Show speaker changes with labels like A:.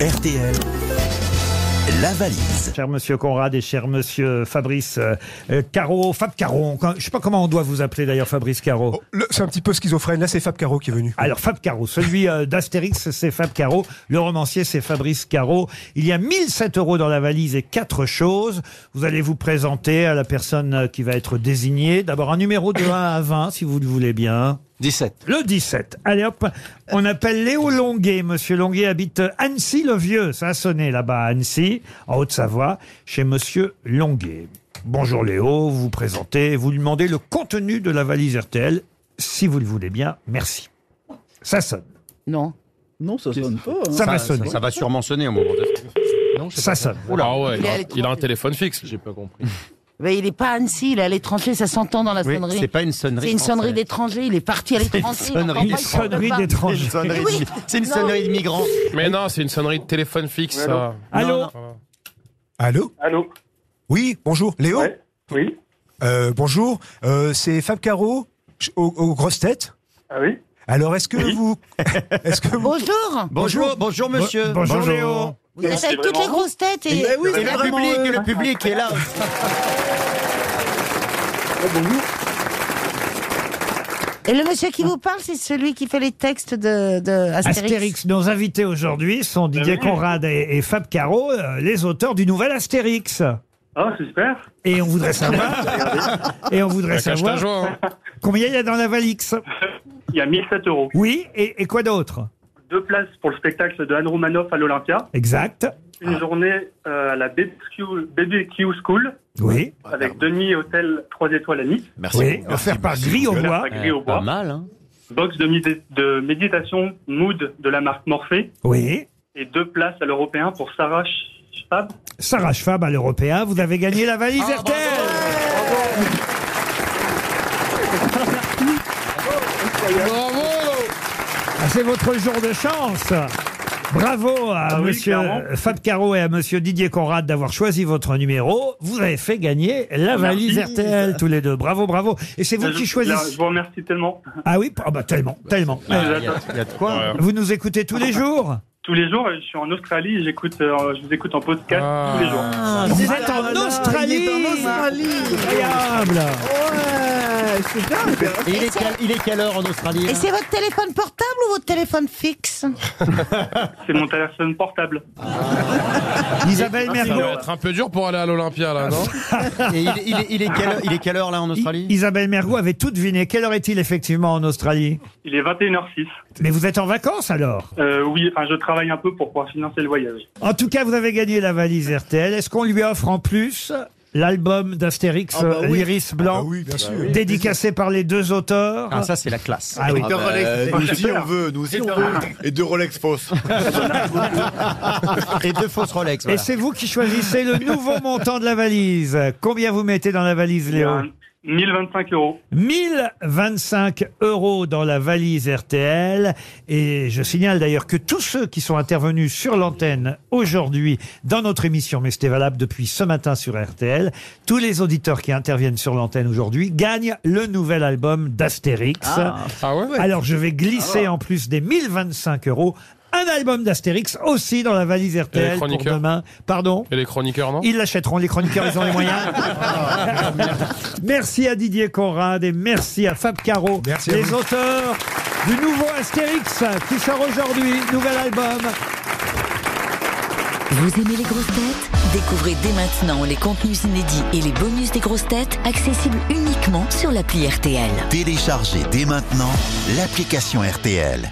A: RTL, la valise.
B: Cher monsieur Conrad et cher monsieur Fabrice euh, euh, Caro, Fab Caron, quand- je sais pas comment on doit vous appeler d'ailleurs Fabrice Caro.
C: Oh, le- C'est un petit peu schizophrène. Là, c'est Fab Caro qui est venu.
B: Alors Fab Caro, celui euh, d'Astérix c'est Fab Caro, le romancier c'est Fabrice Caro. Il y a 1007 euros dans la valise et quatre choses. Vous allez vous présenter à la personne euh, qui va être désignée. D'abord un numéro de 1 à 20 si vous le voulez bien.
D: 17.
B: Le 17. Allez hop, on appelle Léo Longuet. Monsieur Longuet habite Annecy-le-Vieux. Ça a sonné là-bas à Annecy, en Haute-Savoie, chez Monsieur Longuet. Bonjour Léo, vous vous présentez, vous lui demandez le contenu de la valise RTL, si vous le voulez bien. Merci. Ça sonne.
E: Non. Non, ça sonne pas. hein.
B: Ça va sonner.
D: Ça va sûrement sonner au moment de.
B: Ça sonne.
F: Ah ouais,
E: Il
F: il,
E: est
F: a,
E: allé
F: il a un
E: trouver.
F: téléphone fixe.
E: Mais il est pas à Annecy, il est à l'étranger, ça s'entend dans la
D: Oui,
E: sonnerie.
D: c'est pas une sonnerie.
E: C'est une sonnerie
D: française.
E: d'étranger, il est parti à l'étranger.
D: C'est une
E: il
B: Une
D: sonnerie
E: entend pas, il parle
B: sonnerie
E: pas.
B: d'étranger.
D: C'est une sonnerie
E: Oui.
D: de- C'est une
E: Non.
D: sonnerie de migrants.
F: Mais non, c'est une sonnerie de téléphone fixe. ça.
B: Allô
C: Allô
G: Allô
C: Oui, bonjour. Léo
G: Ouais. Oui
C: Euh, Bonjour. Euh, c'est Fab Caro ch- aux, aux grosses têtes.
G: Ah oui
C: Alors, est-ce que vous. Est-ce que vous.
E: Bonjour.
D: Bonjour, bonjour monsieur.
B: Bonjour, Léo.
E: Vous êtes
G: c'est
E: avec toutes
G: vraiment- Eh ben
E: les grosses têtes et.
D: Et oui, le public, le public est là.
E: Et le monsieur qui vous parle, c'est celui qui fait les textes de, de Astérix.
B: Astérix, nos invités aujourd'hui sont Didier Conrad et, et Fab Caro, euh, les auteurs du nouvel Astérix.
G: Ah, c'est super
B: Et on voudrait savoir, et on voudrait
F: Cache ta
B: savoir
F: joie. hein.
B: combien il y a dans la valise.
G: Il y a 1007 euros.
B: Oui, et, et quoi d'autre
G: Deux places pour le spectacle de Anne Roumanoff à l'Olympia.
B: Exact.
G: Une journée euh, à la BBQ, BBQ School
B: Oui,
G: avec demi-hôtel 3 étoiles à Nice.
D: Merci.
B: oui, offert par Grillon-Bois.
G: Offert par Gris au
D: pas
G: bois.
D: mal, hein.
G: Box de, midi- de méditation Mood de la marque Morphée.
B: Oui.
G: Et deux places à l'Européen pour Sarah Schwab.
B: Sarah Schwab à l'Européen, vous avez gagné la valise
D: Ah,
B: RTL. Ah, C'est votre jour de chance. Bravo à
G: Ah oui,
B: monsieur
G: clairement.
B: Fab Caro et à monsieur Didier Conrad d'avoir choisi votre numéro. Vous avez fait gagner la valise RTL tous les deux. Bravo, bravo. Et c'est vous
G: Je-
B: qui
G: là,
B: choisissez.
G: Je vous remercie tellement.
B: Ah oui, ah bah tellement, tellement.
D: Bah, Il y, a- il y a de quoi.
F: Ouais.
B: Vous nous écoutez tous les jours
G: Tous les jours, je suis en Australie et j'écoute, euh, je vous écoute en podcast
F: Ah.
G: tous les jours.
B: Vous êtes en Australie Incroyable
D: Et Il est, quelle, il est quelle heure en Australie
E: Et
D: là
E: c'est votre téléphone portable ou votre téléphone fixe
G: C'est mon téléphone portable.
B: Ah, Isabelle
F: Ça
B: Mergot.
F: doit être un peu dur pour aller à l'Olympia là, non
D: Et il, est- il est, il, est quelle, heure- il est quelle heure là en Australie
B: Isabelle Mergot avait tout deviné. Quelle heure est-il effectivement en Australie
G: Il est 21h06.
B: Mais vous êtes en vacances alors
G: Euh, oui, enfin, je travaille un peu pour pouvoir financer le voyage.
B: En tout cas, vous avez gagné la valise RTL. Est-ce qu'on lui offre en plus l'album d'Astérix,
H: Ah bah oui.
B: L'Iris
C: Ah
B: Blanc,
C: oui, bien sûr.
B: dédicacé par les deux auteurs
D: Ah, ça, c'est la classe.
B: Ah oui.
H: Deux Rolex. Euh, nous aussi on veut, nous aussi on veut. Et deux Rolex fausses.
D: Et deux fausses Rolex.
B: Et
D: Voilà.
B: c'est vous qui choisissez le nouveau montant de la valise. Combien vous mettez dans la valise, Léo
G: 1025 euros.
B: 1025 euros dans la valise RTL. Et je signale d'ailleurs que tous ceux qui sont intervenus sur l'antenne aujourd'hui dans notre émission, mais c'était valable depuis ce matin sur RTL, tous les auditeurs qui interviennent sur l'antenne aujourd'hui gagnent le nouvel album d'Astérix.
F: Ah ouais Ah.
B: Alors je vais glisser en plus des 1025 euros un album d'Astérix aussi dans la valise RTL pour
F: chroniqueurs
B: demain. Pardon
F: Et les chroniqueurs, non
B: ils l'achèteront, les chroniqueurs, ils ont les moyens. Ah, merci à Didier Conrad et merci à Fab Caro,
C: Merci à
B: les
C: vous.
B: auteurs du nouveau Astérix qui sort aujourd'hui, nouvel album.
I: Vous aimez les grosses têtes Découvrez dès maintenant les contenus inédits et les bonus des grosses têtes accessibles uniquement sur l'appli RTL.
A: Téléchargez dès maintenant l'application RTL.